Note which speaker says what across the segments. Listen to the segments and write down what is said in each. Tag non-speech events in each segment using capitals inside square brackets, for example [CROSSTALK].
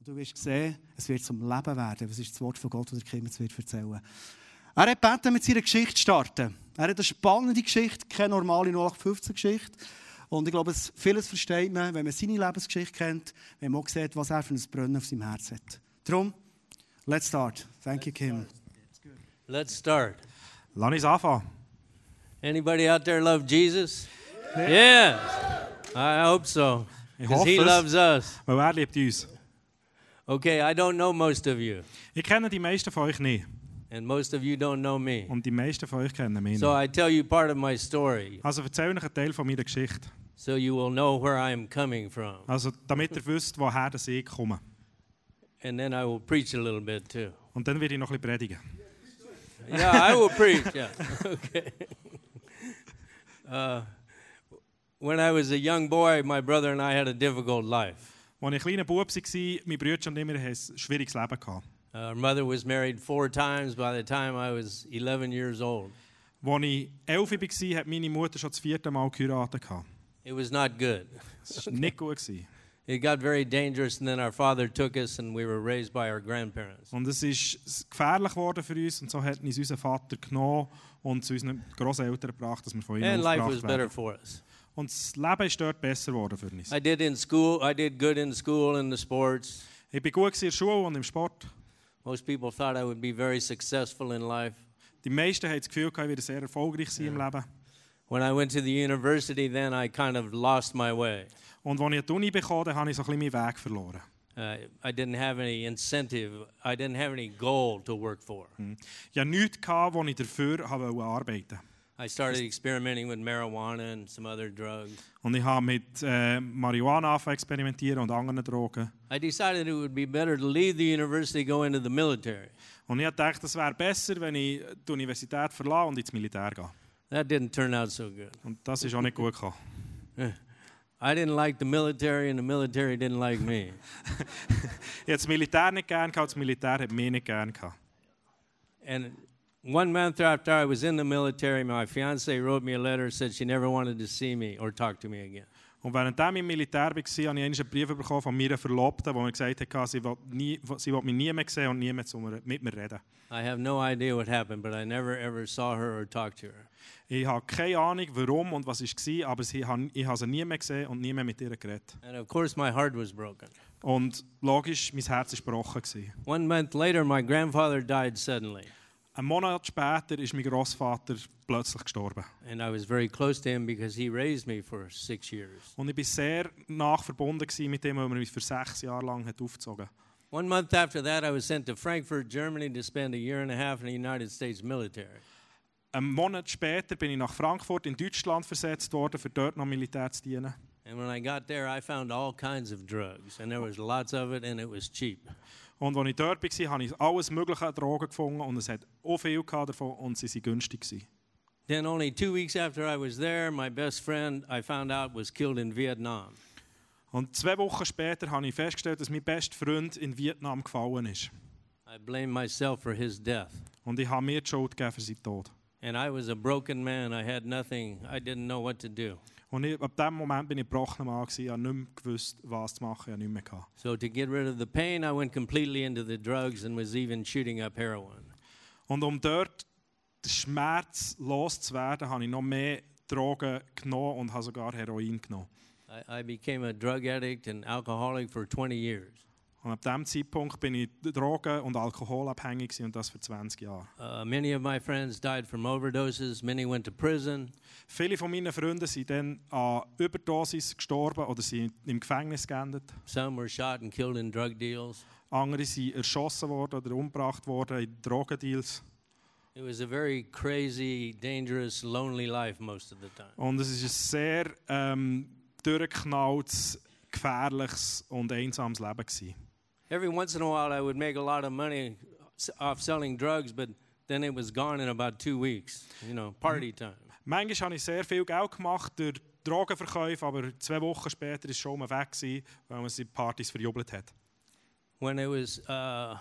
Speaker 1: Und du wirst sehen, es wird zum Leben werden. Das ist das Wort von Gott, das der Kim jetzt wird erzählen Er hat gebeten, mit seiner Geschichte zu starten. Er hat eine spannende Geschichte, keine normale 0815-Geschichte. Und ich glaube, es, vieles versteht man, wenn man seine Lebensgeschichte kennt, wenn man auch sieht, was er für ein Brunnen auf seinem Herz hat. Darum, let's start. Thank you, Kim.
Speaker 2: Let's start.
Speaker 3: Lass uns anfangen.
Speaker 2: Anybody out there love Jesus? Yes. I hope so.
Speaker 3: Ich
Speaker 2: Because he
Speaker 3: hoffe es.
Speaker 2: loves us.
Speaker 3: Weil er liebt uns.
Speaker 2: Okay, I don't know most of you,
Speaker 3: Ich kenne die meisten von euch nicht.
Speaker 2: and most of you don't know me.
Speaker 3: Und die meisten von euch kennen mich
Speaker 2: So
Speaker 3: nicht.
Speaker 2: I tell you part of my story
Speaker 3: Also erzähl euch einen Teil von meiner Geschichte.
Speaker 2: so you will know where I am coming from.
Speaker 3: Also damit ihr wisst, woher das ich komme.
Speaker 2: And then I will preach a little bit too.
Speaker 3: Und dann werde ich noch ein bisschen predigen.
Speaker 2: Yeah, I will preach. Yeah. [LAUGHS] Okay. Uh, when I was a young boy, my brother and I had a difficult life.
Speaker 3: Als ich ein kleiner Bub war, mein Bruder und ich wir hatten ein schwieriges Leben. Gehabt.
Speaker 2: Our mother was married four times by the time I was 11 years old.
Speaker 3: Als ich elf war, hat meine Mutter schon das vierte Mal geheiratet. gehabt.
Speaker 2: It was not good.
Speaker 3: Das war nicht gut. gewesen.
Speaker 2: It got very dangerous, and then our father took us, and we were raised by our grandparents.
Speaker 3: Und es ist gefährlich geworden für uns. Und so hat uns unser Vater genommen und zu unseren Großeltern gebracht, dass wir von ihnen
Speaker 2: And life was
Speaker 3: aufgebracht
Speaker 2: better
Speaker 3: werden.
Speaker 2: for us.
Speaker 3: Und das Leben ist dort besser geworden für uns.
Speaker 2: I did in school, I did good in school and the sports.
Speaker 3: Ich war gut gewesen in der Schule und im Sport.
Speaker 2: Most people thought I would be very successful in life.
Speaker 3: Die meisten haben das Gefühl, gehabt, ich werde sehr erfolgreich sein im Leben.
Speaker 2: When I went to the university, then I kind of lost my way.
Speaker 3: Und als ich an die Uni bekam, dann habe ich so ein bisschen meinen Weg verloren.
Speaker 2: Uh, I didn't have any incentive, I didn't have any goal to work for.
Speaker 3: Ich hatte nichts, gehabt, wo ich dafür habe wollen arbeiten wollte.
Speaker 2: I started experimenting with marijuana and some other drugs.
Speaker 3: Und ich habe mit äh, Marihuana angefangen zu experimentieren und anderen Drogen.
Speaker 2: I decided it would be better to leave the university, go into the military.
Speaker 3: Und ich habe gedacht, es wäre besser, wenn ich die Universität verlasse und ins Militär gehe.
Speaker 2: That didn't turn out so good.
Speaker 3: Und das ist auch nicht gut. Gekommen.
Speaker 2: I didn't like the military, and the military didn't like me.
Speaker 3: Ich hatte das Militär nicht gern, gehabt, das Militär hat mich nicht gern. Gehabt.
Speaker 2: and one month after I was in the military, my fiance wrote me a letter said she never wanted to see me or talk to me again.
Speaker 3: Und während ich im Militär war, habe ich einmal einen Brief bekommen von meiner Verlobten, wo mir gesagt hat, sie will, nie, sie will mich nie mehr sehen und nie mehr zu mir- mit mir reden.
Speaker 2: I have no idea what happened, but I never ever saw her or talked to her.
Speaker 3: Ich habe keine Ahnung, warum und was es war, aber sie han- ich habe sie nie mehr gesehen und nie mehr mit ihr geredet.
Speaker 2: And of course, my heart was broken.
Speaker 3: Und logisch, mein Herz war gebrochen. gewesen.
Speaker 2: One month later, my grandfather died suddenly,
Speaker 3: Einen Monat später ist mein Großvater plötzlich gestorben.
Speaker 2: and I was very close to him because he raised me for six years.
Speaker 3: Und ich war sehr nach verbunden gewesen mit dem, weil er mich für sechs Jahre lang hat aufgezogen hat.
Speaker 2: One month after that, I was sent to Frankfurt, Germany to spend a year and a half in the United States military.
Speaker 3: Einen Monat später bin ich nach Frankfurt in Deutschland versetzt worden, für dort noch Militär zu dienen.
Speaker 2: And when I got there, I found all kinds of drugs, and there was lots of it, and it was cheap.
Speaker 3: Und als ich dort war, habe ich alles mögliche an Drogen gefunden und es hat auch viel gehabt davon und sie waren günstig. gewesen.
Speaker 2: Then, only two weeks after I was there, my best friend I found out was killed in Vietnam.
Speaker 3: Und zwei Wochen später habe ich festgestellt, dass mein bester Freund in Vietnam gefallen ist.
Speaker 2: I blamed myself for his death.
Speaker 3: Und ich habe mir die Schuld gegeben für seinen Tod.
Speaker 2: And I was a broken man. I had nothing. I didn't know what to do.
Speaker 3: Und ich, ab dem Moment bin ich gebrochen Mann, gewesen. ich habe nicht mehr gewusst, was zu machen, ich habe nicht mehr gehabt.
Speaker 2: So, to get rid of the pain, I went completely into the drugs and was even shooting up heroin.
Speaker 3: Und um dort den Schmerz loszuwerden, habe ich noch mehr Drogen genommen und habe sogar Heroin genommen.
Speaker 2: I, I became a drug addict and alcoholic for 20 years.
Speaker 3: Und ab dem Zeitpunkt bin ich drogen- und alkoholabhängig gewesen, und das für 20 Jahre.
Speaker 2: Uh, many of my friends died from overdoses. Many went to prison.
Speaker 3: Viele von meinen Freunden sind dann an Überdosis gestorben oder sind im Gefängnis geendet.
Speaker 2: Some were shot and killed in drug deals.
Speaker 3: Andere sind erschossen worden oder umgebracht worden in Drogendeals.
Speaker 2: It was a very crazy, dangerous, lonely life most of the time.
Speaker 3: Und es ist ein sehr ähm, durchgeknalltes, gefährliches und einsames Leben. Gewesen.
Speaker 2: Every once in a while, I would make a lot of money s- off selling drugs, but then it was gone in about two weeks. You know, party time.
Speaker 3: Manchmal habe ich sehr viel Geld gemacht durch Drogenverkäufe, aber zwei Wochen später ist schon mal weg, gewesen, weil man sie Partys verjubelt hat.
Speaker 2: When it was uh,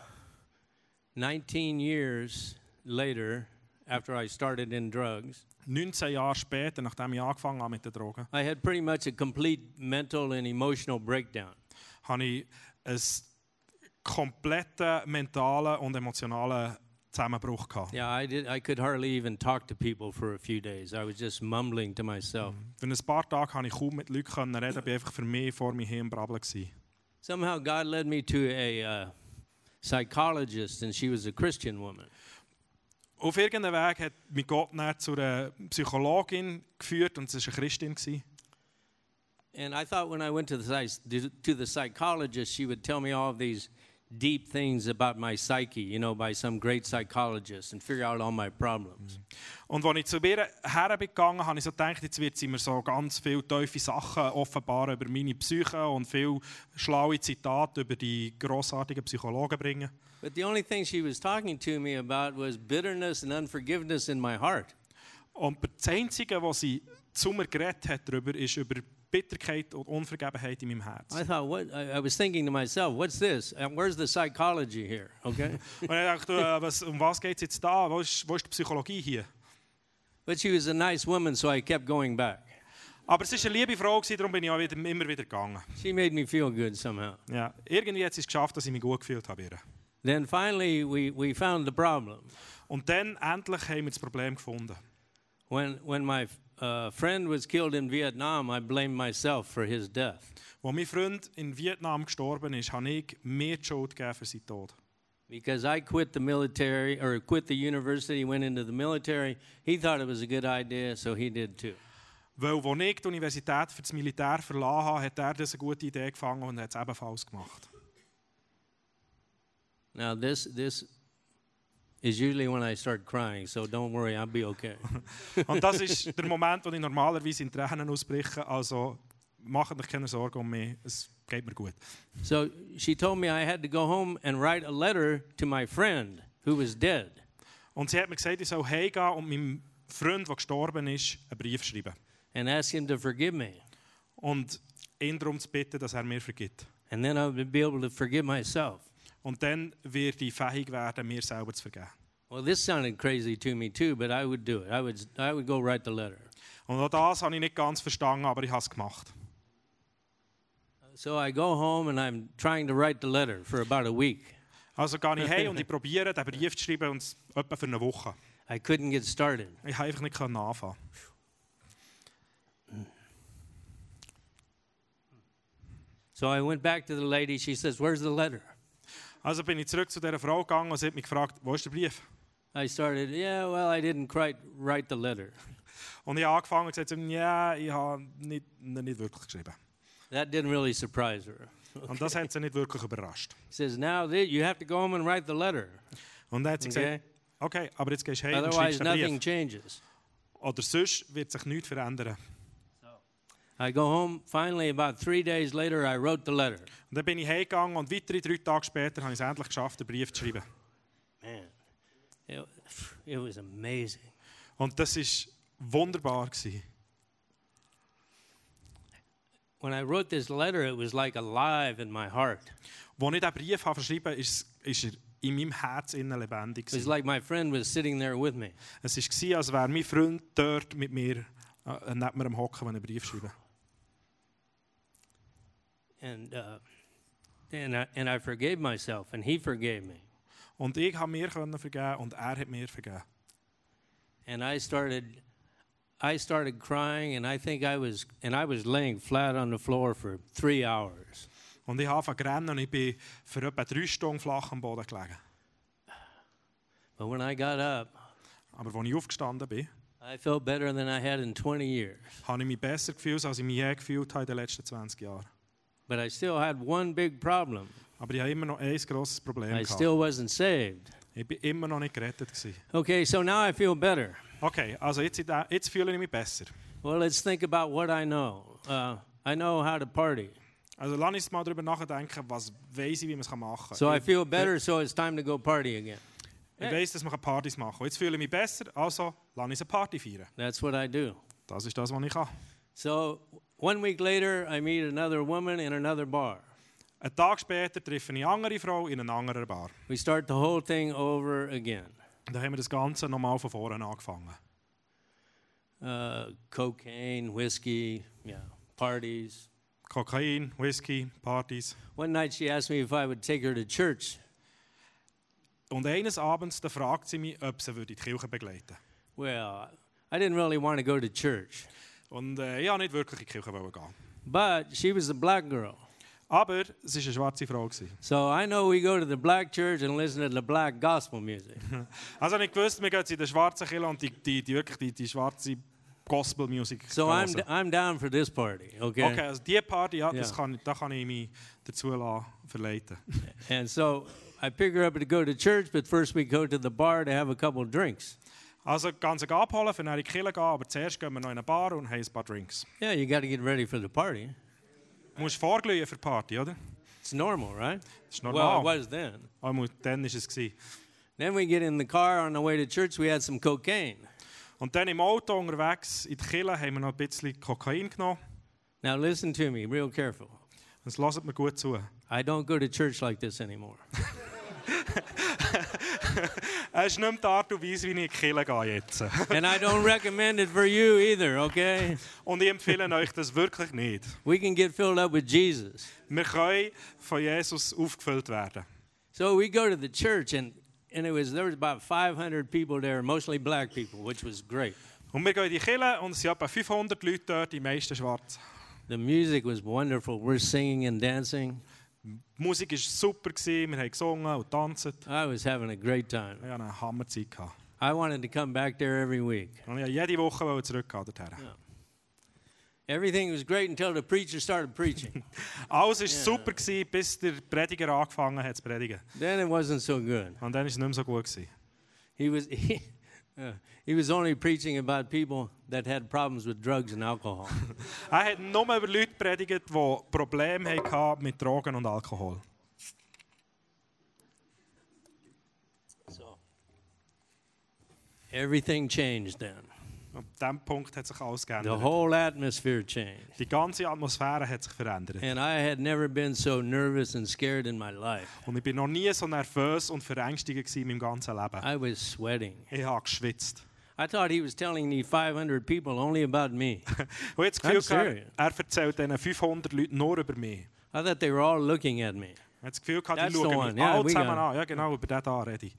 Speaker 2: 19 years later, after I started in drugs,
Speaker 3: 19 Jahre später, nachdem ich angefangen habe mit den Drogen,
Speaker 2: I had pretty much a complete mental and emotional breakdown.
Speaker 3: habe ich ein kompletten mentalen und emotionalen Zusammenbruch gehabt.
Speaker 2: Yeah, I did. I could hardly even talk to people for a few days. I was just mumbling to myself.
Speaker 3: Für ein paar Tage konnte ich kaum mit Leuten können reden, ich war einfach für mich vor mir hin im Brabbeln. gewesen.
Speaker 2: Somehow God led me to a uh, psychologist, and she was a Christian woman.
Speaker 3: Auf irgendeinem Weg hat mich Gott dann zu einer Psychologin geführt und sie war eine Christin. gewesen.
Speaker 2: And I thought when I went to the, psy- to the psychologist, she would tell me all of these deep things about my psyche, you know, by some great psychologist and figure out all my problems.
Speaker 3: Und als ich zu ihr her bin gegangen habe ich so gedacht, jetzt wird sie mir so ganz viele tiefe Sachen offenbaren über meine Psyche und viele schlaue Zitate über die grossartigen Psychologen bringen.
Speaker 2: But the only thing she was talking to me about was bitterness and unforgiveness in my heart.
Speaker 3: Und das Einzige, was sie zu mir geredet hat darüber, ist über Bitterkeit und Unvergebenheit in meinem
Speaker 2: I
Speaker 3: Herzen.
Speaker 2: thought, what? I, I was thinking to myself, what's this? And where's the psychology here? Okay.
Speaker 3: Und ich dachte, äh, was, um was geht es jetzt da? Wo ist, wo ist die Psychologie hier?
Speaker 2: but she was a nice woman, so I kept going back.
Speaker 3: Aber es war eine liebe Frau, gewesen, darum bin ich auch wieder, immer wieder gegangen.
Speaker 2: She made me feel good somehow.
Speaker 3: Ja, irgendwie hat sie es geschafft, dass ich mich gut gefühlt habe. bei ihr.
Speaker 2: Then finally, we, we found the problem.
Speaker 3: Und dann endlich haben wir das Problem gefunden.
Speaker 2: When, when my uh, friend was killed in Vietnam, I blamed myself for his death
Speaker 3: Als mein Freund in Vietnam gestorben ist, habe ich mir die Schuld gegeben für seinen Tod.
Speaker 2: because I quit the military or quit the university, went into the military. He thought it was a good idea, so he did too.
Speaker 3: Weil, als ich die Universität für das Militär verlassen habe, hat er das eine gute dus Idee gefangen und hat es ebenfalls gemacht.
Speaker 2: Now, this, this is usually when I start crying, so don't worry, I'll be okay.
Speaker 3: Und das ist der Moment, wo ich normalerweise in Tränen ausbreche. Also macht euch keine Sorgen um mich, es geht mir gut.
Speaker 2: so she told me I had to go home and write a letter to my friend who was dead.
Speaker 3: Und sie hat mir gesagt, ich soll heimgehen und meinem Freund, der gestorben ist, einen Brief schreiben.
Speaker 2: and ask him to forgive me.
Speaker 3: Und ihn darum zu bitten, dass er mir vergibt.
Speaker 2: And then I would be able to forgive myself.
Speaker 3: Und dann wird ich fähig werden, mir selber zu vergeben.
Speaker 2: Well, this sounded crazy to me too, but I would do it. I would, I would go write the letter.
Speaker 3: Und auch das habe ich nicht ganz verstanden, aber ich habe es gemacht.
Speaker 2: So I go home and I'm trying to write the letter for about a week.
Speaker 3: Also gehe ich heim und ich probiere, den Brief zu schreiben und es etwa für eine Woche.
Speaker 2: I couldn't get started.
Speaker 3: Ich habe einfach nicht können anfangen.
Speaker 2: So I went back to the lady. She says, Where's the letter?
Speaker 3: Also bin ich zurück zu dieser Frau gegangen und sie hat mich gefragt, wo ist der Brief?
Speaker 2: I started, Yeah, well, I didn't quite write the letter.
Speaker 3: Und ich habe angefangen und gesagt, zu ihm, ja, ich habe nicht, nicht wirklich geschrieben.
Speaker 2: That didn't really surprise her.
Speaker 3: Und das hat sie nicht wirklich überrascht.
Speaker 2: She says, Now that you have to go home and write the letter.
Speaker 3: Und dann hat sie
Speaker 2: Okay?
Speaker 3: gesagt, okay, aber jetzt gehst du heim und
Speaker 2: Otherwise,
Speaker 3: schreibst den
Speaker 2: nothing
Speaker 3: Brief.
Speaker 2: changes.
Speaker 3: Oder sonst wird sich nichts verändern.
Speaker 2: I go home. Finally, about three days later, I wrote the letter.
Speaker 3: Und dann bin ich heimgegangen und weitere drei Tage später habe ich es endlich geschafft, den Brief zu schreiben.
Speaker 2: Man, it, it was amazing.
Speaker 3: Und das war wunderbar. Gewesen.
Speaker 2: When I wrote this letter, it was like alive in my heart.
Speaker 3: Als ich diesen Brief habe verschrieben habe, ist, ist er in meinem Herz innen lebendig.
Speaker 2: It was
Speaker 3: Gewesen.
Speaker 2: like my friend was sitting there with me.
Speaker 3: Es war, als wäre mein Freund dort mit mir, äh, neben mir am Hocken, wenn ich einen Brief schreibe.
Speaker 2: And, uh, and, I, and I forgave myself, and he forgave me.
Speaker 3: Und ich habe mir können vergeben und er hat mir vergeben.
Speaker 2: And I started, I started crying, and I think I was, and I was laying flat on the floor for three hours.
Speaker 3: Und ich habe angefangen zu rennen und ich bin für etwa drei Stunden flach am Boden gelegen.
Speaker 2: But when I got up,
Speaker 3: Aber als ich aufgestanden bin,
Speaker 2: I felt better than I had in 20 years.
Speaker 3: habe ich mich besser gefühlt, als ich mich je gefühlt habe in den letzten 20 Jahren.
Speaker 2: But I still had one big problem.
Speaker 3: Aber ich habe immer noch ein grosses Problem.
Speaker 2: I
Speaker 3: gehabt.
Speaker 2: still wasn't saved.
Speaker 3: Ich war immer noch nicht gerettet. Gewesen.
Speaker 2: Okay, so now I feel better.
Speaker 3: Okay, also jetzt, in der- jetzt fühle ich mich besser.
Speaker 2: Well, let's think about what I know. Uh, I know how to party.
Speaker 3: Also lass uns mal darüber nachdenken, was weiss ich, wie man es machen kann.
Speaker 2: So I
Speaker 3: ich
Speaker 2: feel better, so it's time to go party again.
Speaker 3: ich weiss, dass man Partys machen kann. Jetzt fühle ich mich besser, also lass uns eine Party feiern.
Speaker 2: That's what I do.
Speaker 3: Das ist das, was ich kann.
Speaker 2: So one week later, I meet another woman in another bar.
Speaker 3: Einen Tag später treffe ich eine andere Frau in einer anderen Bar.
Speaker 2: We start the whole thing over again.
Speaker 3: Da haben wir das Ganze nochmal von vorne angefangen.
Speaker 2: Uh, cocaine, whiskey, yeah, parties,
Speaker 3: Kokain, Whisky, Partys.
Speaker 2: One night she asked me if I would take her to church.
Speaker 3: Und eines Abends da fragt sie mich, ob sie würde in die Kirche begleiten würde.
Speaker 2: Well, I didn't really want to go to church,
Speaker 3: Und äh, ich wollte nicht wirklich in die Kirche gehen.
Speaker 2: but she was a black girl.
Speaker 3: Aber es war eine schwarze Frau. gewesen.
Speaker 2: So I know we go to the black church and listen to the black gospel music.
Speaker 3: Also ich gewusst, wir gehen jetzt in der schwarzen Kirche und die, die, die wirklich die, die schwarze Gospel-Music
Speaker 2: So I'm,
Speaker 3: hören.
Speaker 2: I'm down for this party, okay?
Speaker 3: Okay, also diese Party, ja, Das
Speaker 2: Ja.
Speaker 3: kann, da kann ich mich dazu lassen, verleiten.
Speaker 2: And so I pick her up to go to church, but first we go to the bar to have a couple of drinks.
Speaker 3: Also ganz abholen, für eine Kirche gehen, aber zuerst gehen wir noch in eine Bar und haben ein paar Drinks.
Speaker 2: Yeah, you got to get ready for the party.
Speaker 3: Du musst vorglühen für die Party, oder?
Speaker 2: It's normal, right?
Speaker 3: Das ist
Speaker 2: Well,
Speaker 3: normal.
Speaker 2: it was then.
Speaker 3: Aber dann war es. Gewesen.
Speaker 2: Then we get in the car on the way to church. We had some cocaine.
Speaker 3: Und dann im Auto unterwegs in die Kirche haben wir noch ein bisschen Kokain genommen.
Speaker 2: Now listen to me, real careful.
Speaker 3: Das lasst mir gut zu.
Speaker 2: I don't go to church like this anymore.
Speaker 3: Es ist nicht mehr die Art und Weise, wie ich in die Kirche gehe jetzt. [LAUGHS]
Speaker 2: and I don't recommend it for you either, okay?
Speaker 3: Und ich empfehle euch das wirklich nicht.
Speaker 2: We can get filled up with Jesus.
Speaker 3: Wir können von Jesus aufgefüllt werden.
Speaker 2: So we go to the church and and it was there was about 500 people there, mostly black people, which was great.
Speaker 3: Und wir gehen in die Kirche und es sind etwa 500 Leute dort, die meisten schwarz.
Speaker 2: The music was wonderful. We're singing and dancing.
Speaker 3: Die Musik war super, gewesen, wir haben gesungen und tanzt.
Speaker 2: I was having a great time.
Speaker 3: Ich hatte eine Hammerzeit. gehabt.
Speaker 2: I wanted to come back there every week.
Speaker 3: Und ich wollte jede Woche zurückgehen dorthin.
Speaker 2: Everything was great until the preacher started preaching.
Speaker 3: Alles war super, gewesen, bis der Prediger angefangen hat zu predigen.
Speaker 2: then it wasn't so good.
Speaker 3: Und dann war es nicht mehr so gut. Gewesen.
Speaker 2: He was [LAUGHS] he, uh, he was only preaching about people that had problems with drugs and alcohol.
Speaker 3: Er hat nur über Leute predigt, die Probleme hatten mit Drogen und Alkohol.
Speaker 2: so everything changed then.
Speaker 3: An diesem Punkt hat sich alles
Speaker 2: The
Speaker 3: geändert.
Speaker 2: whole atmosphere changed.
Speaker 3: Die ganze Atmosphäre hat sich verändert.
Speaker 2: And I had never been so nervous and scared in my
Speaker 3: [LAUGHS]
Speaker 2: life.
Speaker 3: Und ich bin noch nie so nervös und verängstigt gewesen in meinem ganzen Leben.
Speaker 2: I was sweating.
Speaker 3: Ich habe geschwitzt.
Speaker 2: I thought he was telling the 500 people only about me.
Speaker 3: Und jetzt Gefühl
Speaker 2: I'm
Speaker 3: gehabt,
Speaker 2: serious.
Speaker 3: er erzählt diesen 500 Leuten nur über mich.
Speaker 2: I thought they were all looking at me.
Speaker 3: Ich habe das Gefühl gehabt,
Speaker 2: That's
Speaker 3: die
Speaker 2: the
Speaker 3: schauen
Speaker 2: one.
Speaker 3: mich
Speaker 2: Yeah,
Speaker 3: alle
Speaker 2: we
Speaker 3: zusammen
Speaker 2: got
Speaker 3: an. Ja, genau, über den da rede ich.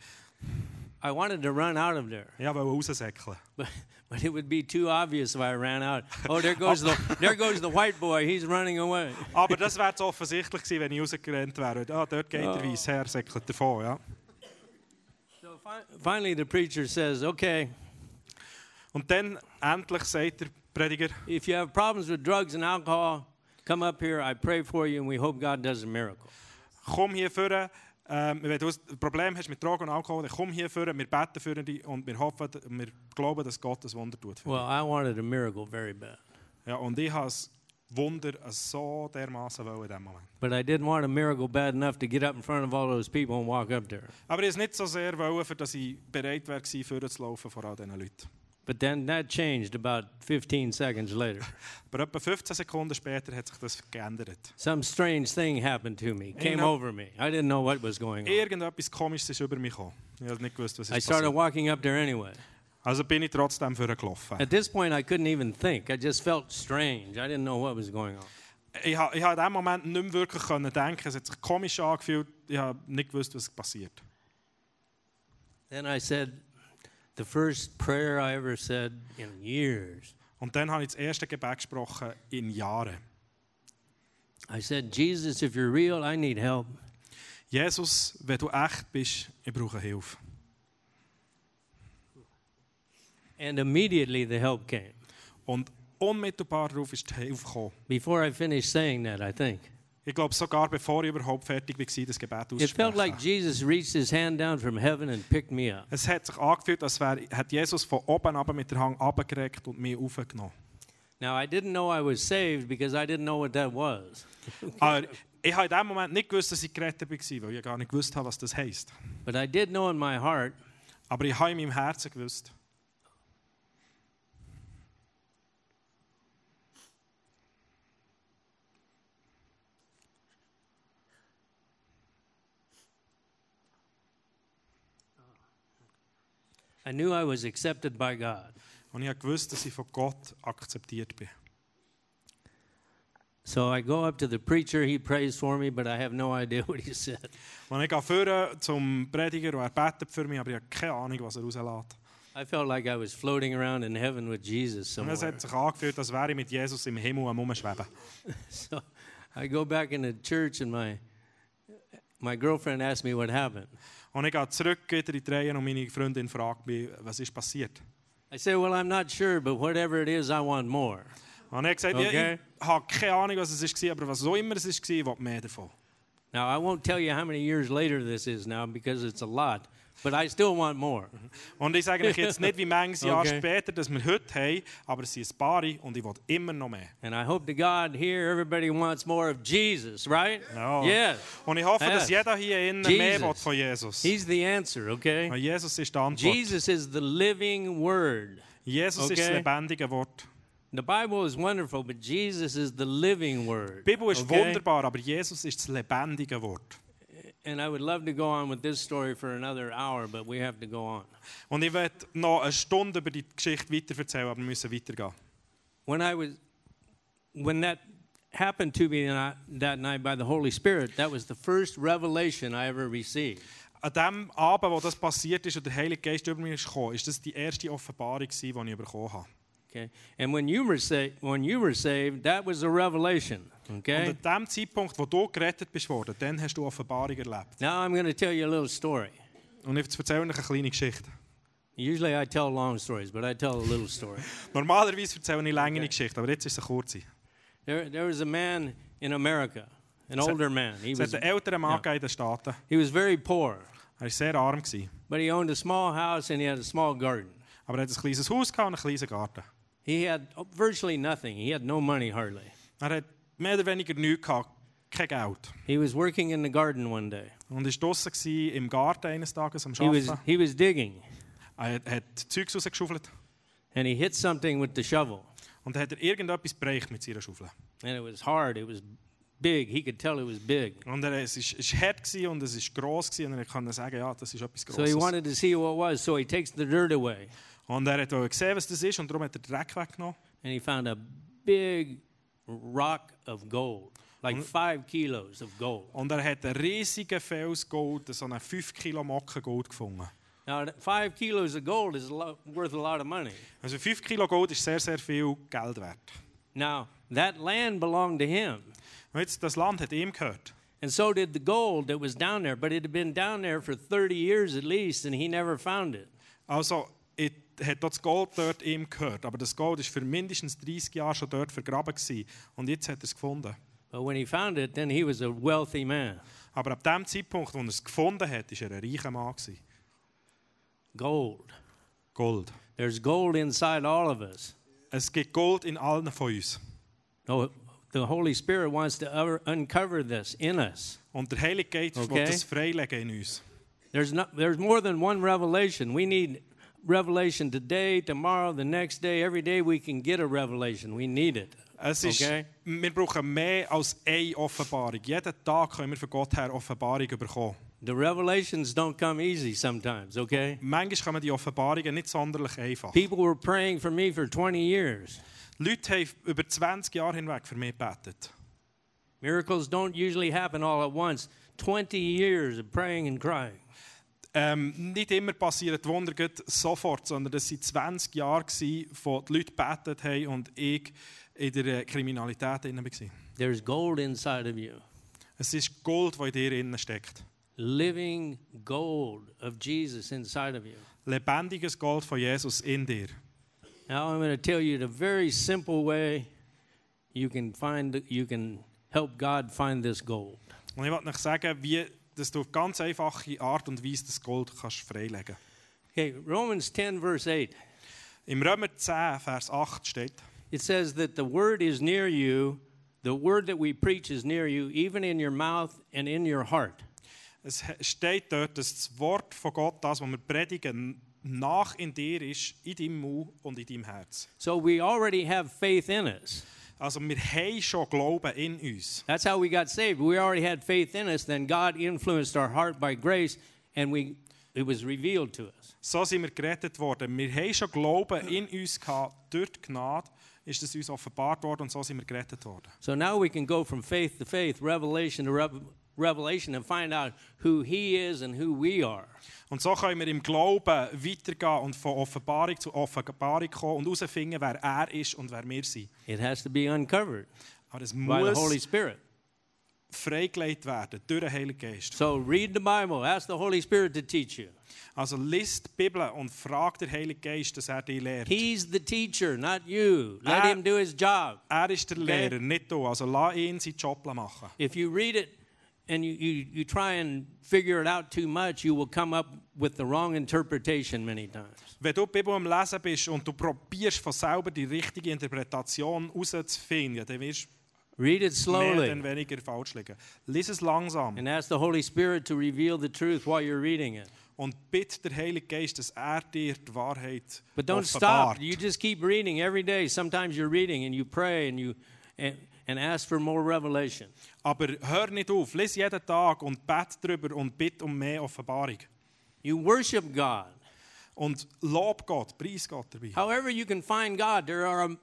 Speaker 2: I wanted to run out of there, [LAUGHS]
Speaker 3: Ich wollte raussäckeln.
Speaker 2: but, but it would be too obvious if I ran out. Oh, there goes the there goes the white boy. He's running away.
Speaker 3: Aber das wäre zu offensichtlich gewesen, wenn ich rausgerannt wäre. Ah, dort geht der Weiss her, säckelt davon. Ja.
Speaker 2: So fi- finally, the preacher says, "Okay,
Speaker 3: Und dann endlich sagt der Prediger,
Speaker 2: if you have problems with drugs and alcohol, come up here. I pray for you, and we hope God does a miracle."
Speaker 3: komm hier vorne. Ähm, wenn du ein Problem hast mit Drogen und Alkohol, dann komm hier vorne, wir beten für dich und wir hoffen, wir glauben, dass Gott ein Wunder tut. Für dich.
Speaker 2: Well, I wanted a miracle very bad,
Speaker 3: Ja, und ich habe das Wunder so dermaßen wollen in diesem Moment.
Speaker 2: but I didn't want a miracle bad enough to get up in front of all those people and walk up there.
Speaker 3: Aber ich es nicht so sehr wollen, für dass ich bereit wäre, gewesen, vorne zu laufen vor all diesen Leuten.
Speaker 2: But then that changed about 15 seconds later.
Speaker 3: Aber etwa 15 Sekunden später hat sich das geändert.
Speaker 2: Some strange thing happened to me, came
Speaker 3: know-
Speaker 2: over me. I didn't know what was going on.
Speaker 3: Irgendetwas Komisches ist über mich gekommen. Ich habe nicht gewusst, was
Speaker 2: I
Speaker 3: ist
Speaker 2: started
Speaker 3: passiert.
Speaker 2: walking up there anyway.
Speaker 3: Also bin ich trotzdem vorne gelaufen.
Speaker 2: At this point, I couldn't even think. I just felt strange. I didn't know what was going on.
Speaker 3: Ich habe ich ha in diesem Moment nicht mehr wirklich können denken. Es hat sich komisch angefühlt. Ich habe nicht gewusst, was passiert.
Speaker 2: Then I said the first prayer I ever said in years.
Speaker 3: Und dann habe ich das erste Gebet gesprochen in Jahren.
Speaker 2: I said, Jesus, if you're real, I need help.
Speaker 3: Jesus, wenn du echt bist, ich brauche Hilfe.
Speaker 2: And immediately the help came.
Speaker 3: Und unmittelbar darauf ist die Hilfe gekommen.
Speaker 2: Before I finished saying that, I think.
Speaker 3: Ich glaube, sogar bevor ich überhaupt fertig war, das Gebet
Speaker 2: It felt
Speaker 3: auszusprechen.
Speaker 2: like Jesus reached his hand down from heaven and picked me up.
Speaker 3: es hat sich angefühlt, als wäre hat Jesus von oben ab mit der Hand abgereckt und mich aufgenommen.
Speaker 2: Now, I didn't know I was saved because I didn't know what that was.
Speaker 3: Aber ich habe in dem Moment nicht gewusst, dass ich gerettet war, weil ich gar nicht gewusst habe, was das heisst.
Speaker 2: But I did know in my heart
Speaker 3: Aber ich habe in meinem Herzen gewusst,
Speaker 2: I knew I was accepted by God.
Speaker 3: Und ich habe gewusst, dass ich von Gott akzeptiert bin.
Speaker 2: So I go up to the preacher, he prays for me, but I have no idea [LAUGHS] what he said.
Speaker 3: Und ich gehe vorne zum Prediger und er betet für mich, aber ich habe keine Ahnung, was er rauslässt.
Speaker 2: I felt like I was floating around in heaven with Jesus
Speaker 3: Und es
Speaker 2: somewhere.
Speaker 3: hat sich angefühlt, als wäre ich mit Jesus im Himmel am Umschweben.
Speaker 2: [LAUGHS] So I go back into church and my my girlfriend asked me what happened.
Speaker 3: Und ich gehe zurück wieder in die Reihen und meine Freundin fragt mich, was ist passiert.
Speaker 2: I say, "Well, I'm not sure, but whatever it is, I want more."
Speaker 3: Und er hat gesagt,
Speaker 2: Okay.
Speaker 3: ja, ich habe keine Ahnung, was es war, aber was auch immer es war, ich will mehr davon.
Speaker 2: Now, I won't tell you how many years later this is now because it's a lot, but I still want more.
Speaker 3: Und ich sage euch jetzt nicht,
Speaker 2: [LAUGHS]
Speaker 3: wie manches Jahr
Speaker 2: Okay.
Speaker 3: später, dass wir heute haben, aber es sind ein paar und ich will immer noch mehr.
Speaker 2: And I hope to God here everybody wants more of Jesus, right?
Speaker 3: Ja.
Speaker 2: Yes.
Speaker 3: Und ich hoffe, dass
Speaker 2: Yes.
Speaker 3: jeder hier innen mehr
Speaker 2: Jesus.
Speaker 3: will von Jesus.
Speaker 2: He's the answer, okay?
Speaker 3: Weil Jesus ist die Antwort.
Speaker 2: Jesus is the living word.
Speaker 3: Jesus ist das
Speaker 2: Okay.
Speaker 3: lebendige Wort.
Speaker 2: The Bible is wonderful, but Jesus is the living word.
Speaker 3: Die Bibel ist
Speaker 2: okay?
Speaker 3: wunderbar, aber Jesus ist das lebendige Wort.
Speaker 2: And I would love to go on with this story for another hour, but we have to go on.
Speaker 3: Und ich werde noch eine Stunde über die Geschichte weiter erzählen, aber wir müssen weitergehen.
Speaker 2: When I was when that happened to me and I- that night by the Holy Spirit, that was the first revelation I ever received.
Speaker 3: An dem Abend, wo das passiert ist und der Heilige Geist über mich ist gekommen, ist das die erste Offenbarung, gewesen, die ich bekommen habe.
Speaker 2: Okay. And when you were saved, when you were saved, that was a revelation.
Speaker 3: Und
Speaker 2: Okay.
Speaker 3: an dem Zeitpunkt, wo du gerettet bist worden, dann hast du Offenbarung erlebt.
Speaker 2: Now I'm going to tell you a little story.
Speaker 3: Und ich erzähle euch eine kleine Geschichte.
Speaker 2: Usually I tell long stories, but I tell a little story.
Speaker 3: Normalerweise erzähle ich längere Geschichten, aber jetzt ist es eine kurze.
Speaker 2: There, there was a man in America, an older man. He
Speaker 3: Es hat
Speaker 2: was,
Speaker 3: einen älteren Mann gegeben in den Staaten.
Speaker 2: he was very poor,
Speaker 3: Er war sehr arm. Gewesen.
Speaker 2: but he owned a small house and he had a small garden.
Speaker 3: Aber er hat ein kleines Haus gehabt und einen kleinen Garten.
Speaker 2: He had virtually nothing. He had no money hardly.
Speaker 3: Er hat mehr oder weniger nichts gehabt, kein Geld.
Speaker 2: He was working in the garden one day.
Speaker 3: Und war draussen gewesen, im Garten eines Tages am
Speaker 2: He was,
Speaker 3: Arbeiten.
Speaker 2: he was digging
Speaker 3: Er hat, hat Zeugs rausgeschaufelt
Speaker 2: and he hit something with the shovel.
Speaker 3: und dann hat er irgendetwas bereicht mit seiner Schaufel.
Speaker 2: And it was hard. It was big. He could tell it was big.
Speaker 3: Und er, es war ist hart gewesen und es war gross gewesen und er konnte sagen, ja, das ist etwas
Speaker 2: So he
Speaker 3: Grosses.
Speaker 2: wanted to see what it was, so he takes the dirt away
Speaker 3: und er hat auch gesehen, was das ist und darum hat er den Dreck weggenommen.
Speaker 2: and he found a big rock of gold, like five kilos of gold.
Speaker 3: Und er hat einen riesigen Fels Gold, so einen 5 Kilo Mocken Gold gefunden.
Speaker 2: Now, th- five kilos of gold is a lo- worth a lot of money.
Speaker 3: Also 5 Kilo Gold ist sehr, sehr viel Geld wert.
Speaker 2: Now, that land belonged to him,
Speaker 3: Und jetzt, das Land hat ihm gehört.
Speaker 2: and so did the gold that was down there, but it had been down there for 30 years at least, and he never found it.
Speaker 3: Also, ich hat auch das Gold dort ihm gehört, aber das Gold ist für mindestens 30 Jahre schon dort vergraben gewesen. und jetzt hat er es gefunden.
Speaker 2: But when he found it, then he was a wealthy man.
Speaker 3: Aber ab dem Zeitpunkt, wo er es gefunden hat, ist er ein reicher Mann gewesen.
Speaker 2: Gold.
Speaker 3: Gold.
Speaker 2: There's gold inside all of us.
Speaker 3: Es gibt Gold in allen von uns.
Speaker 2: No, the Holy Spirit wants to over- uncover this in us.
Speaker 3: Und der Heilige Geist
Speaker 2: Okay.
Speaker 3: will das freilegen in uns.
Speaker 2: There's not there's more than one revelation. We need revelation today, tomorrow, the next day, every day we can get a revelation. We need it.
Speaker 3: Es ist,
Speaker 2: Okay.
Speaker 3: Wir brauchen mehr als eine Offenbarung. Jeden Tag können wir von Gott her Offenbarung bekommen.
Speaker 2: The revelations don't come easy sometimes, okay?
Speaker 3: Manchmal kommen die Offenbarungen nicht sonderlich einfach.
Speaker 2: People were praying for me for 20 years.
Speaker 3: Leute haben über 20 Jahre hinweg für mich gebetet.
Speaker 2: Miracles don't usually happen all at once. 20 years of praying and crying.
Speaker 3: Ähm, nicht immer passieren die Wunder gleich sofort, sondern es waren 20 Jahre, gewesen, wo die Leute gebetet haben und ich in der äh, Kriminalität drin war.
Speaker 2: There's gold inside of you.
Speaker 3: Es ist Gold, das in dir innen steckt.
Speaker 2: Living gold of Jesus inside of you.
Speaker 3: Lebendiges Gold von Jesus in dir.
Speaker 2: Now I'm going to tell you the very simple way you can find you can help God find this gold.
Speaker 3: Und ich wollte euch sagen, wie, dass du auf ganz einfache Art und Weise das Gold kannst freilegen
Speaker 2: Okay, Romans 10 verse 8.
Speaker 3: Im Römer 10, Vers 8 steht,
Speaker 2: It says that the word is near you, the word that we preach is near you, even in your mouth and in your heart.
Speaker 3: es he- steht dort, dass das Wort von Gott, das, was wir predigen, nach in dir ist, in deinem Mund und in deinem Herz.
Speaker 2: So we already have faith in us.
Speaker 3: Also wir haben schon Glauben in uns.
Speaker 2: That's how we got saved. We already had faith in us, then God influenced our heart by grace and we it was revealed to us.
Speaker 3: So sind wir gerettet worden. Wir haben schon Glauben in uns gehabt, durch die Gnade ist es uns offenbart worden und so sind wir gerettet worden.
Speaker 2: So now we can go from faith to faith, revelation to rev- revelation, and find out who He is and who we are.
Speaker 3: Und so können wir im Glauben weitergehen und von Offenbarung zu Offenbarung kommen und herausfinden, wer er ist und wer wir sind.
Speaker 2: It has to be uncovered
Speaker 3: Aber es
Speaker 2: by the Holy
Speaker 3: muss
Speaker 2: Spirit.
Speaker 3: freigelegt werden durch den Heiligen Geist.
Speaker 2: So read the Bible, ask the Holy Spirit to teach you.
Speaker 3: Also liest die Bibel und frag den Heiligen Geist, dass er dich lehrt.
Speaker 2: He's the teacher, not you. Let
Speaker 3: Ah.
Speaker 2: Him do His job.
Speaker 3: Er ist der Lehrer, nicht du. Also lass ihn seinen Job machen.
Speaker 2: If you read it and you, you, you try and figure it out too much, you will come up with the wrong interpretation many times.
Speaker 3: Wenn du die Bibel am Lesen bist und du probierst von selber die richtige Interpretation herauszufinden, dann wirst
Speaker 2: Read it
Speaker 3: du mehr oder
Speaker 2: slowly
Speaker 3: weniger falsch liegen. Lies es langsam
Speaker 2: and ask the Holy Spirit to reveal the truth while you're reading it.
Speaker 3: und bitte den Heiligen Geist, dass er dir die Wahrheit
Speaker 2: But don't
Speaker 3: offenbart.
Speaker 2: stop. You just keep reading every day. Sometimes you're reading and you pray and you and, and ask for more revelation.
Speaker 3: Aber hör nicht auf, lies jeden Tag und bet darüber und bitte um mehr Offenbarung.
Speaker 2: You worship God.
Speaker 3: Und lob Gott, preis Gott dabei.
Speaker 2: However, you can find God. There are a,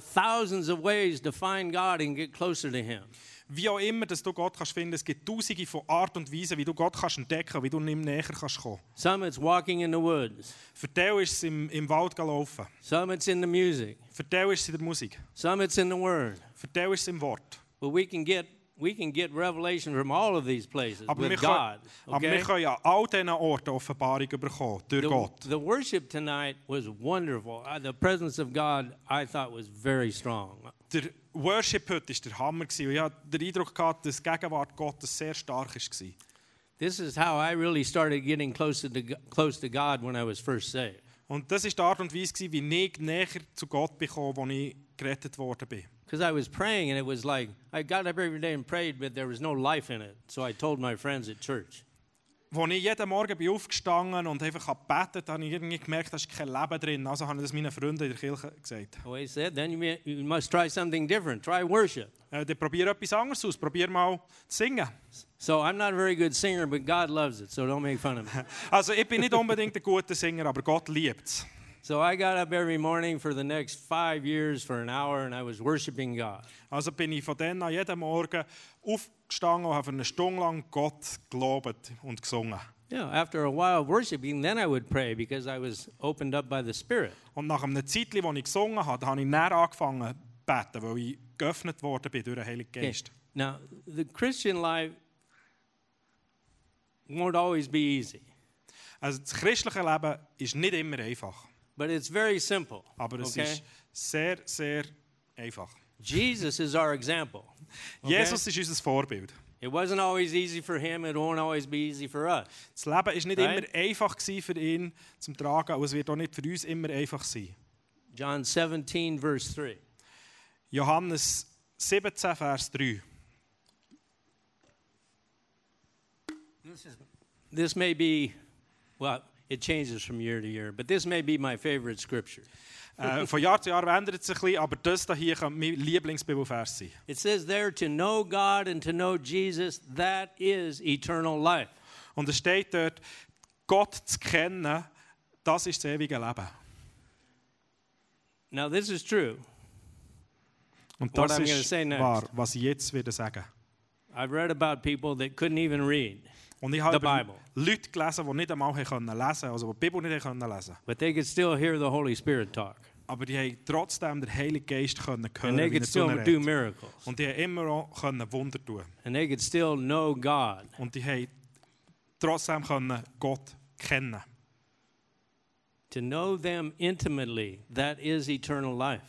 Speaker 2: a thousands of ways to find God and get closer to Him.
Speaker 3: Wie auch immer, dass du Gott kannst finden, es gibt tausende von Art und Weisen, wie du Gott kannst entdecken, wie du ihm näher kannst kommen.
Speaker 2: Some it's walking in the woods.
Speaker 3: Für dich ist es im, im Wald gelaufen.
Speaker 2: Some it's in the music.
Speaker 3: Für dich ist es in der Musik.
Speaker 2: Some it's in the Word.
Speaker 3: Für dich ist es im Wort.
Speaker 2: But we can get we can get revelation from all of these places
Speaker 3: Aber, wir,
Speaker 2: with God.
Speaker 3: können, aber
Speaker 2: Okay?
Speaker 3: wir können an all diesen Orten Offenbarung bekommen, durch
Speaker 2: The,
Speaker 3: Gott.
Speaker 2: the worship tonight was wonderful. Uh, the presence of God, I thought, was very strong.
Speaker 3: Der Worship heute war der Hammer. gewesen. Und Ich hatte den Eindruck, gehabt, dass die Gegenwart Gottes sehr stark war.
Speaker 2: This is how I really started getting closer to G- close to God when I was first saved.
Speaker 3: Und das war die Art und Weise, gewesen, wie ich näher zu Gott bekam, als ich gerettet worden bin.
Speaker 2: Because I was praying and it was like I got up every day and prayed, but there was no life in it. So I told my friends at church.
Speaker 3: Als ich jeden Morgen bin aufgestanden und einfach gebetet habe, habe ich irgendwie gemerkt, da ist kein Leben drin. Also habe ich das meinen Freunden in der Kirche gesagt.
Speaker 2: Always said, then you, may, you must try something different. Try worship.
Speaker 3: Äh, dann probier etwas anderes aus. Probier mal zu singen.
Speaker 2: So I'm not a very good singer, but God loves it. So don't make fun of me.
Speaker 3: Also ich bin nicht unbedingt ein guter Singer, aber Gott liebt es.
Speaker 2: So I got up every morning for the next five years for an hour and I was worshiping God.
Speaker 3: Also bin ich von dann an jeden Morgen aufgestanden und habe eine Stunde lang Gott gelobt und gesungen.
Speaker 2: Yeah, after a while of worshiping, then I would pray because I was opened up by the Spirit.
Speaker 3: Und nach einer Zeit, wo ich gesungen habe, da habe ich näher angefangen zu beten, weil ich geöffnet worden bin durch den Heiligen
Speaker 2: Okay.
Speaker 3: Geist.
Speaker 2: Now, the Christian life won't always be easy,
Speaker 3: Also das christliche Leben ist nicht immer einfach,
Speaker 2: but it's very simple.
Speaker 3: aber es
Speaker 2: okay?
Speaker 3: ist sehr, sehr einfach.
Speaker 2: Jesus is our example. okay?
Speaker 3: Jesus ist unser Vorbild.
Speaker 2: It wasn't always easy for him, it won't always be easy for us.
Speaker 3: Das Leben ist nicht
Speaker 2: Nein.
Speaker 3: immer einfach gewesen für ihn zum Tragen, aber es wird auch nicht für uns immer einfach sein.
Speaker 2: John 17, verse 3.
Speaker 3: Johannes 17, Vers 3.
Speaker 2: This may be, well, it changes from year to year, but this may be my favorite scripture.
Speaker 3: Äh, von Jahr zu Jahr ändert es sich ein bisschen, aber das hier könnte mein Lieblingsbibelvers sein.
Speaker 2: It says there, to know God and to know Jesus, that is eternal life.
Speaker 3: Und es steht dort, Gott zu kennen, das ist das ewige Leben.
Speaker 2: Now, this is true.
Speaker 3: Und
Speaker 2: What
Speaker 3: das
Speaker 2: I'm gonna
Speaker 3: ist
Speaker 2: say next.
Speaker 3: wahr, was ich jetzt wieder sagen
Speaker 2: I've read about people that couldn't even read,
Speaker 3: Und ich habe
Speaker 2: The
Speaker 3: über
Speaker 2: Bible.
Speaker 3: Leute gelesen, die nicht einmal haben können lesen also die die Bibel nicht haben können lesen
Speaker 2: but they could still hear the Holy Spirit talk.
Speaker 3: Aber die haben trotzdem den Heiligen Geist können hören
Speaker 2: And they
Speaker 3: wie
Speaker 2: could
Speaker 3: er zu
Speaker 2: still
Speaker 3: ihnen
Speaker 2: do
Speaker 3: redet.
Speaker 2: miracles.
Speaker 3: Und die haben immer auch können Wunder tun
Speaker 2: And they could still know God.
Speaker 3: Und die haben trotzdem können Gott kennen
Speaker 2: To know them intimately, that is eternal life.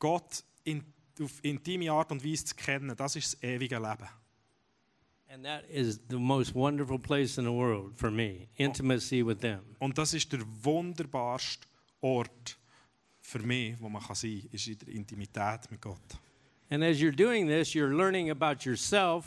Speaker 3: Gott in, auf intime Art und Weise zu kennen, das ist das ewige Leben.
Speaker 2: And that is the most wonderful place in the world for me intimacy with them.
Speaker 3: Und das ist der wunderbarste Ort für mich, wo man kann sein kann, ist in der Intimität mit Gott.
Speaker 2: And as you're doing this, you're learning about yourself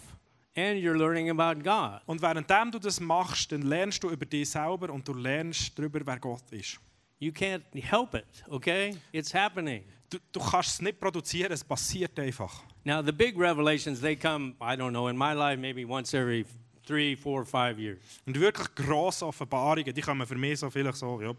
Speaker 2: and you're learning about God.
Speaker 3: Und währenddem du das machst, dann lernst du über dich selber und du lernst darüber, wer Gott ist.
Speaker 2: You can't help it, okay? It's happening.
Speaker 3: Du, du kannst es nicht produzieren, es passiert einfach.
Speaker 2: Now, the big revelations, they come, I don't know, in my life, maybe once every three, four, five years.
Speaker 3: Und wirklich grosse Offenbarungen, die kommen für mich so vielleicht so ja,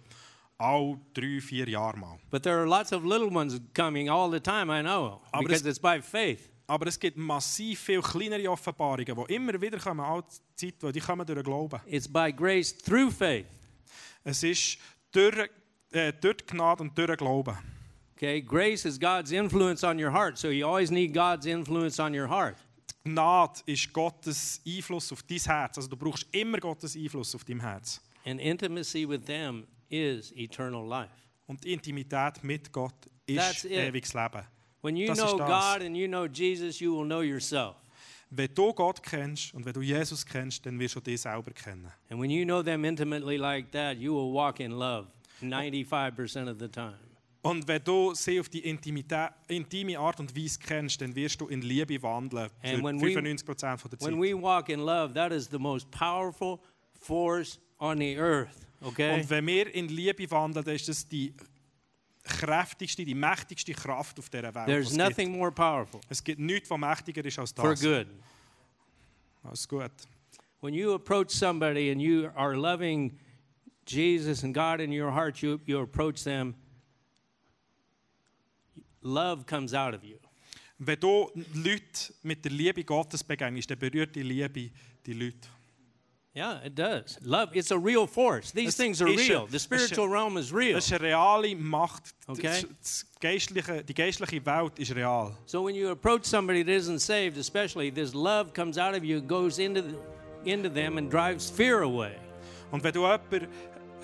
Speaker 3: alle drei, vier Jahre mal.
Speaker 2: But there are lots of little ones coming all the time, I know,
Speaker 3: Aber
Speaker 2: because
Speaker 3: es-
Speaker 2: it's by faith.
Speaker 3: Aber es gibt massiv viel kleinere Offenbarungen, die immer wieder kommen, all die Zeit, weil die kommen durch den Glauben.
Speaker 2: It's by grace through faith.
Speaker 3: Es ist durch, äh, durch die Gnade und durch den Glauben.
Speaker 2: Okay, grace is God's influence on your heart, so you always need God's influence on your heart.
Speaker 3: Die Gnade ist Gottes Einfluss auf dein Herz. Also du brauchst immer Gottes Einfluss auf dein Herz.
Speaker 2: And intimacy with them is eternal life.
Speaker 3: Und die Intimität mit Gott
Speaker 2: That's
Speaker 3: ist
Speaker 2: it.
Speaker 3: ewiges Leben.
Speaker 2: When you
Speaker 3: Das ist
Speaker 2: know
Speaker 3: das.
Speaker 2: God and you know Jesus, you will know yourself.
Speaker 3: Wenn du Gott kennst und wenn du Jesus kennst, dann wirst du dich selber kennen.
Speaker 2: And when you know them intimately like that, you will walk in love 95% of the time.
Speaker 3: Und wenn du sie auf die Intimität, intime Art und Weise kennst, dann wirst du in Liebe wandeln. Für
Speaker 2: And when we-
Speaker 3: 95% von der Zeit.
Speaker 2: When we walk in love, that is the most powerful force on the earth, okay?
Speaker 3: Und wenn wir in Liebe wandeln, dann ist das die kräftigste, die mächtigste Kraft auf dieser Welt. die
Speaker 2: There's
Speaker 3: es gibt.
Speaker 2: nothing more powerful
Speaker 3: Es gibt nichts, was mächtiger ist als
Speaker 2: for
Speaker 3: das.
Speaker 2: good.
Speaker 3: Alles gut.
Speaker 2: When you approach somebody and you are loving Jesus and God in your heart, you, you approach them, love comes out of you.
Speaker 3: Wenn du Leute mit der Liebe Gottes begegnest, dann berührt die Liebe die Leute.
Speaker 2: Yeah, it does. Love, it's a real force. These
Speaker 3: Es
Speaker 2: things are
Speaker 3: ist-
Speaker 2: real.
Speaker 3: es
Speaker 2: The
Speaker 3: ist-
Speaker 2: spiritual realm is real.
Speaker 3: Das ist eine reale Macht.
Speaker 2: Okay.
Speaker 3: Das- Das geistliche, die geistliche Welt ist real.
Speaker 2: So when you approach somebody that isn't saved, especially, this love comes out of you, goes into, the, into them, and drives fear away.
Speaker 3: Und wenn du jemand,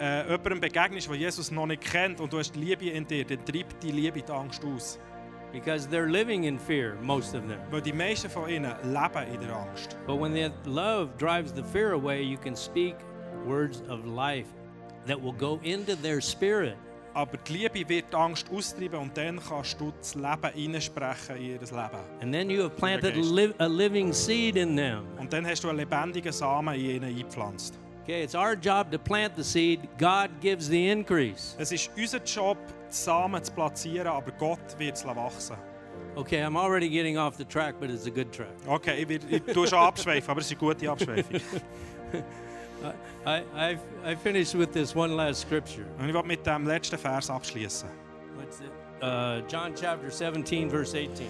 Speaker 3: äh, jemandem begegnest, der Jesus noch nicht kennt und du hast die Liebe in dir, dann treibt die Liebe die Angst aus.
Speaker 2: Because they're living in fear, most of them.
Speaker 3: Weil die meisten von ihnen leben in der Angst.
Speaker 2: But when the love drives the fear away, you can speak words of life that will go into their spirit.
Speaker 3: Aber die Liebe wird die Angst austreiben und dann kannst du das Leben hineinsprechen in ihr Leben.
Speaker 2: And then you have planted
Speaker 3: Geist.
Speaker 2: li- a living seed in them.
Speaker 3: Und dann hast du einen lebendigen Samen in ihnen eingepflanzt.
Speaker 2: Okay, it's our job to plant the seed. God gives the increase.
Speaker 3: Es ist unser Job, die Samen zu platzieren, aber Gott wird es wachsen. lassen.
Speaker 2: Okay, I'm already getting off the track, but it's a good track.
Speaker 3: Okay, ich, werd- ich tue schon abschweifen, aber es ist eine gute Abschweifung.
Speaker 2: I, I, I finished with this one last scripture.
Speaker 3: Und ich will mit dem letzten Vers abschließen.
Speaker 2: What's it? Uh, John chapter 17, verse 18.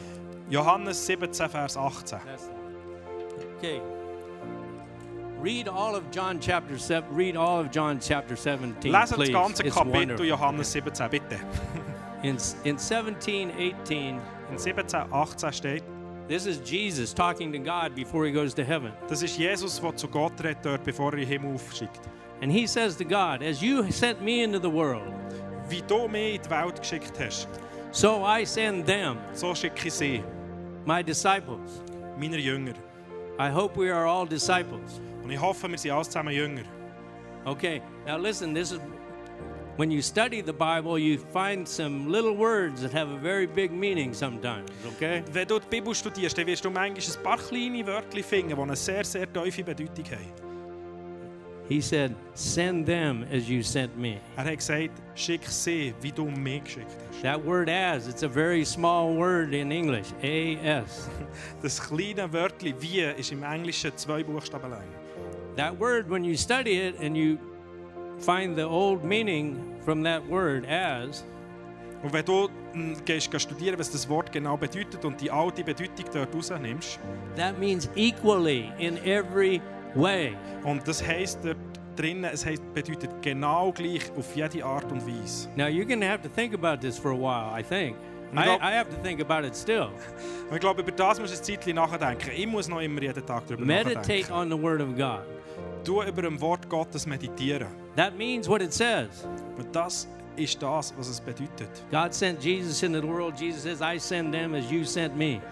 Speaker 3: Johannes 17, Vers 18.
Speaker 2: That's the one. Okay. Read all of John chapter 7. Read all of John chapter 17.
Speaker 3: Lesen das
Speaker 2: please.
Speaker 3: ganze
Speaker 2: it's
Speaker 3: Kapitel
Speaker 2: wonderful.
Speaker 3: Johannes 17, bitte.
Speaker 2: In, in 17, 18,
Speaker 3: In 17, 18 steht,
Speaker 2: this is Jesus talking to God before he goes to heaven.
Speaker 3: das ist Jesus, der zu Gott redet, dort, bevor er ihn in den Himmel aufschickt.
Speaker 2: And he says to God, As you sent me into the world,
Speaker 3: Wie du mich in die Welt geschickt hast,
Speaker 2: so I send them,
Speaker 3: so schicke ich sie,
Speaker 2: my disciples.
Speaker 3: meine Jünger.
Speaker 2: I hope we are all disciples.
Speaker 3: Und ich hoffe, wir sind alle zusammen Jünger.
Speaker 2: Okay, now listen, this is when you study the Bible, you find some little words that have a very big meaning sometimes, okay?
Speaker 3: Wenn du die Bibel studierst, dann wirst du manchmal ein paar kleine Wörter finden, die eine sehr, sehr tiefe Bedeutung haben.
Speaker 2: He said, Send them as you sent me.
Speaker 3: Er hat gesagt, schick sie, wie du mich geschickt hast.
Speaker 2: That word as, it's a very small word in English, A-S.
Speaker 3: Das kleine Wörtchen «wie» ist im Englischen zwei Buchstaben lang.
Speaker 2: [LAUGHS] That word, when you study it and you find the old meaning from that word as,
Speaker 3: Und wenn du mm, gehst, gehst studieren, was das Wort genau bedeutet und die alte Bedeutung dort rausnimmst,
Speaker 2: that means equally in every way.
Speaker 3: und das heisst dort drinnen, es heisst, bedeutet genau gleich auf jede Art und Weise.
Speaker 2: Now you're going to have to think about this for a while, I think. I,
Speaker 3: Nope.
Speaker 2: I have to think about it still.
Speaker 3: Und ich glaube, über das musst du ein Zeitchen nachdenken. Ich muss noch immer jeden Tag darüber
Speaker 2: Meditate
Speaker 3: nachdenken.
Speaker 2: on the Word of God.
Speaker 3: Du über dem Wort Gottes meditieren.
Speaker 2: That means what it says.
Speaker 3: Und das ist das, was es bedeutet.
Speaker 2: God sent Jesus into the world. Jesus says, I send them as you sent me.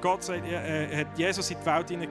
Speaker 3: Gott sagt, äh, hat Jesus in die Welt hinein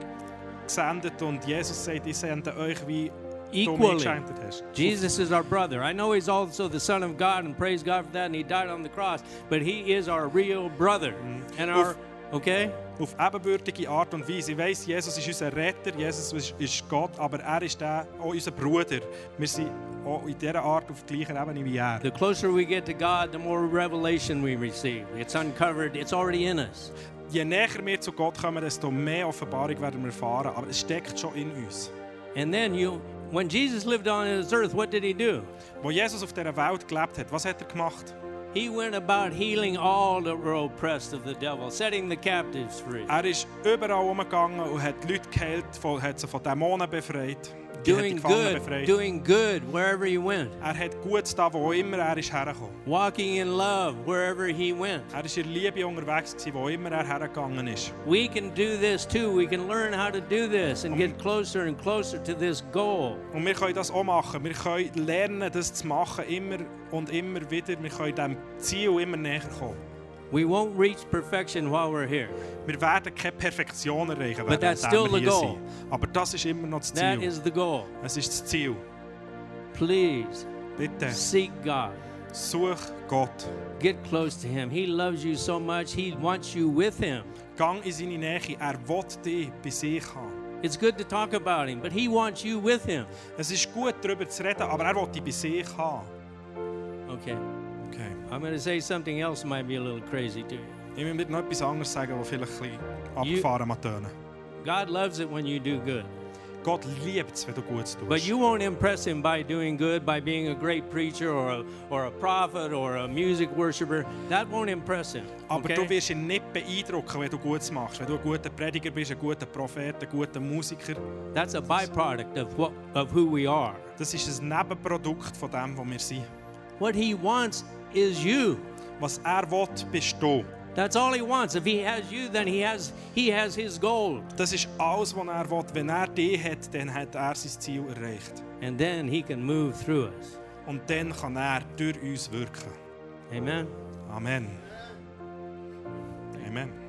Speaker 3: gesendet und Jesus sagt, ich sende euch, wie du mich
Speaker 2: Equally.
Speaker 3: geschenkt hast.
Speaker 2: Jesus is our brother. I know he's also the Son of God, and praise God for that, and he died on the cross, but he is our real brother. And our,
Speaker 3: Oof.
Speaker 2: okay?
Speaker 3: auf ebenbürtige Art und Weise. Ich weiss, Jesus ist unser Retter, Jesus ist, ist Gott, aber er ist der, auch unser Bruder. Wir sind auch in dieser Art auf gleicher Ebene wie er.
Speaker 2: The closer we get to God, the more revelation we receive. It's uncovered, it's already in us.
Speaker 3: Je näher wir zu Gott kommen, desto mehr Offenbarung werden wir erfahren, aber es steckt schon in uns.
Speaker 2: And then you, when Jesus lived on this earth, what did he do?
Speaker 3: Wo Jesus auf dieser Welt gelebt hat, was hat er gemacht?
Speaker 2: He went about healing all that were oppressed of the devil, setting the captives free,
Speaker 3: Er ist überall umgegangen und hat die Leute geheilt, von- hat sie von Dämonen befreit, die hat die
Speaker 2: doing
Speaker 3: Gefangenen
Speaker 2: good,
Speaker 3: befreit.
Speaker 2: doing good wherever he went,
Speaker 3: Er hat Gutes da, wo immer er ist hergekommen.
Speaker 2: walking in love wherever he went.
Speaker 3: Er ist in Liebe unterwegs gewesen, wo immer er hergegangen ist.
Speaker 2: We can do this too. We can learn how to do this and get closer and closer to this goal.
Speaker 3: Und wir können das auch machen. Wir können lernen, das zu machen, immer und immer wieder. Wir können dem Ziel immer näher kommen.
Speaker 2: We won't reach perfection while we're here.
Speaker 3: Wir werden keine Perfektion erreichen,
Speaker 2: But that's
Speaker 3: während
Speaker 2: still the
Speaker 3: wir hier
Speaker 2: goal.
Speaker 3: sind. Aber das ist immer noch das
Speaker 2: That
Speaker 3: Ziel.
Speaker 2: is the goal.
Speaker 3: Es ist das Ziel.
Speaker 2: Please
Speaker 3: Bitte,
Speaker 2: seek God.
Speaker 3: such Gott.
Speaker 2: Get close to Him. He loves you so much, He wants you with Him.
Speaker 3: Gang in seine Nähe. Er will dich bei sich haben.
Speaker 2: It's good to talk about Him, but He wants you with Him.
Speaker 3: Es ist gut, darüber zu reden, aber er will dich bei sich haben.
Speaker 2: Okay.
Speaker 3: Okay.
Speaker 2: I'm going to say something else might be a little crazy to you.
Speaker 3: Ich will noch etwas anderes sagen, das vielleicht ein bisschen abgefahren mag tönen.
Speaker 2: God loves it when you do good,
Speaker 3: Gott liebt es, wenn du Gutes tust.
Speaker 2: but you won't impress Him by doing good, by being a great preacher or a, or a prophet or a music worshiper. That won't impress Him.
Speaker 3: Aber du
Speaker 2: Okay?
Speaker 3: wirst ihn nicht beeindrucken, wenn du Gutes machst. Wenn du ein guter Prediger bist, ein guter Prophet, ein guter Musiker.
Speaker 2: That's a byproduct of what of who we are.
Speaker 3: Das ist ein Nebenprodukt von dem, was wir sind.
Speaker 2: What He wants is you.
Speaker 3: Was er will, bist du.
Speaker 2: That's all he wants. If he has you, then he has he has his goal.
Speaker 3: Das ist alles, was er will. Wenn er dich hat, dann hat er sein Ziel erreicht.
Speaker 2: And then he can move through us.
Speaker 3: Und dann kann er durch uns wirken.
Speaker 2: Amen.
Speaker 3: Amen. Amen.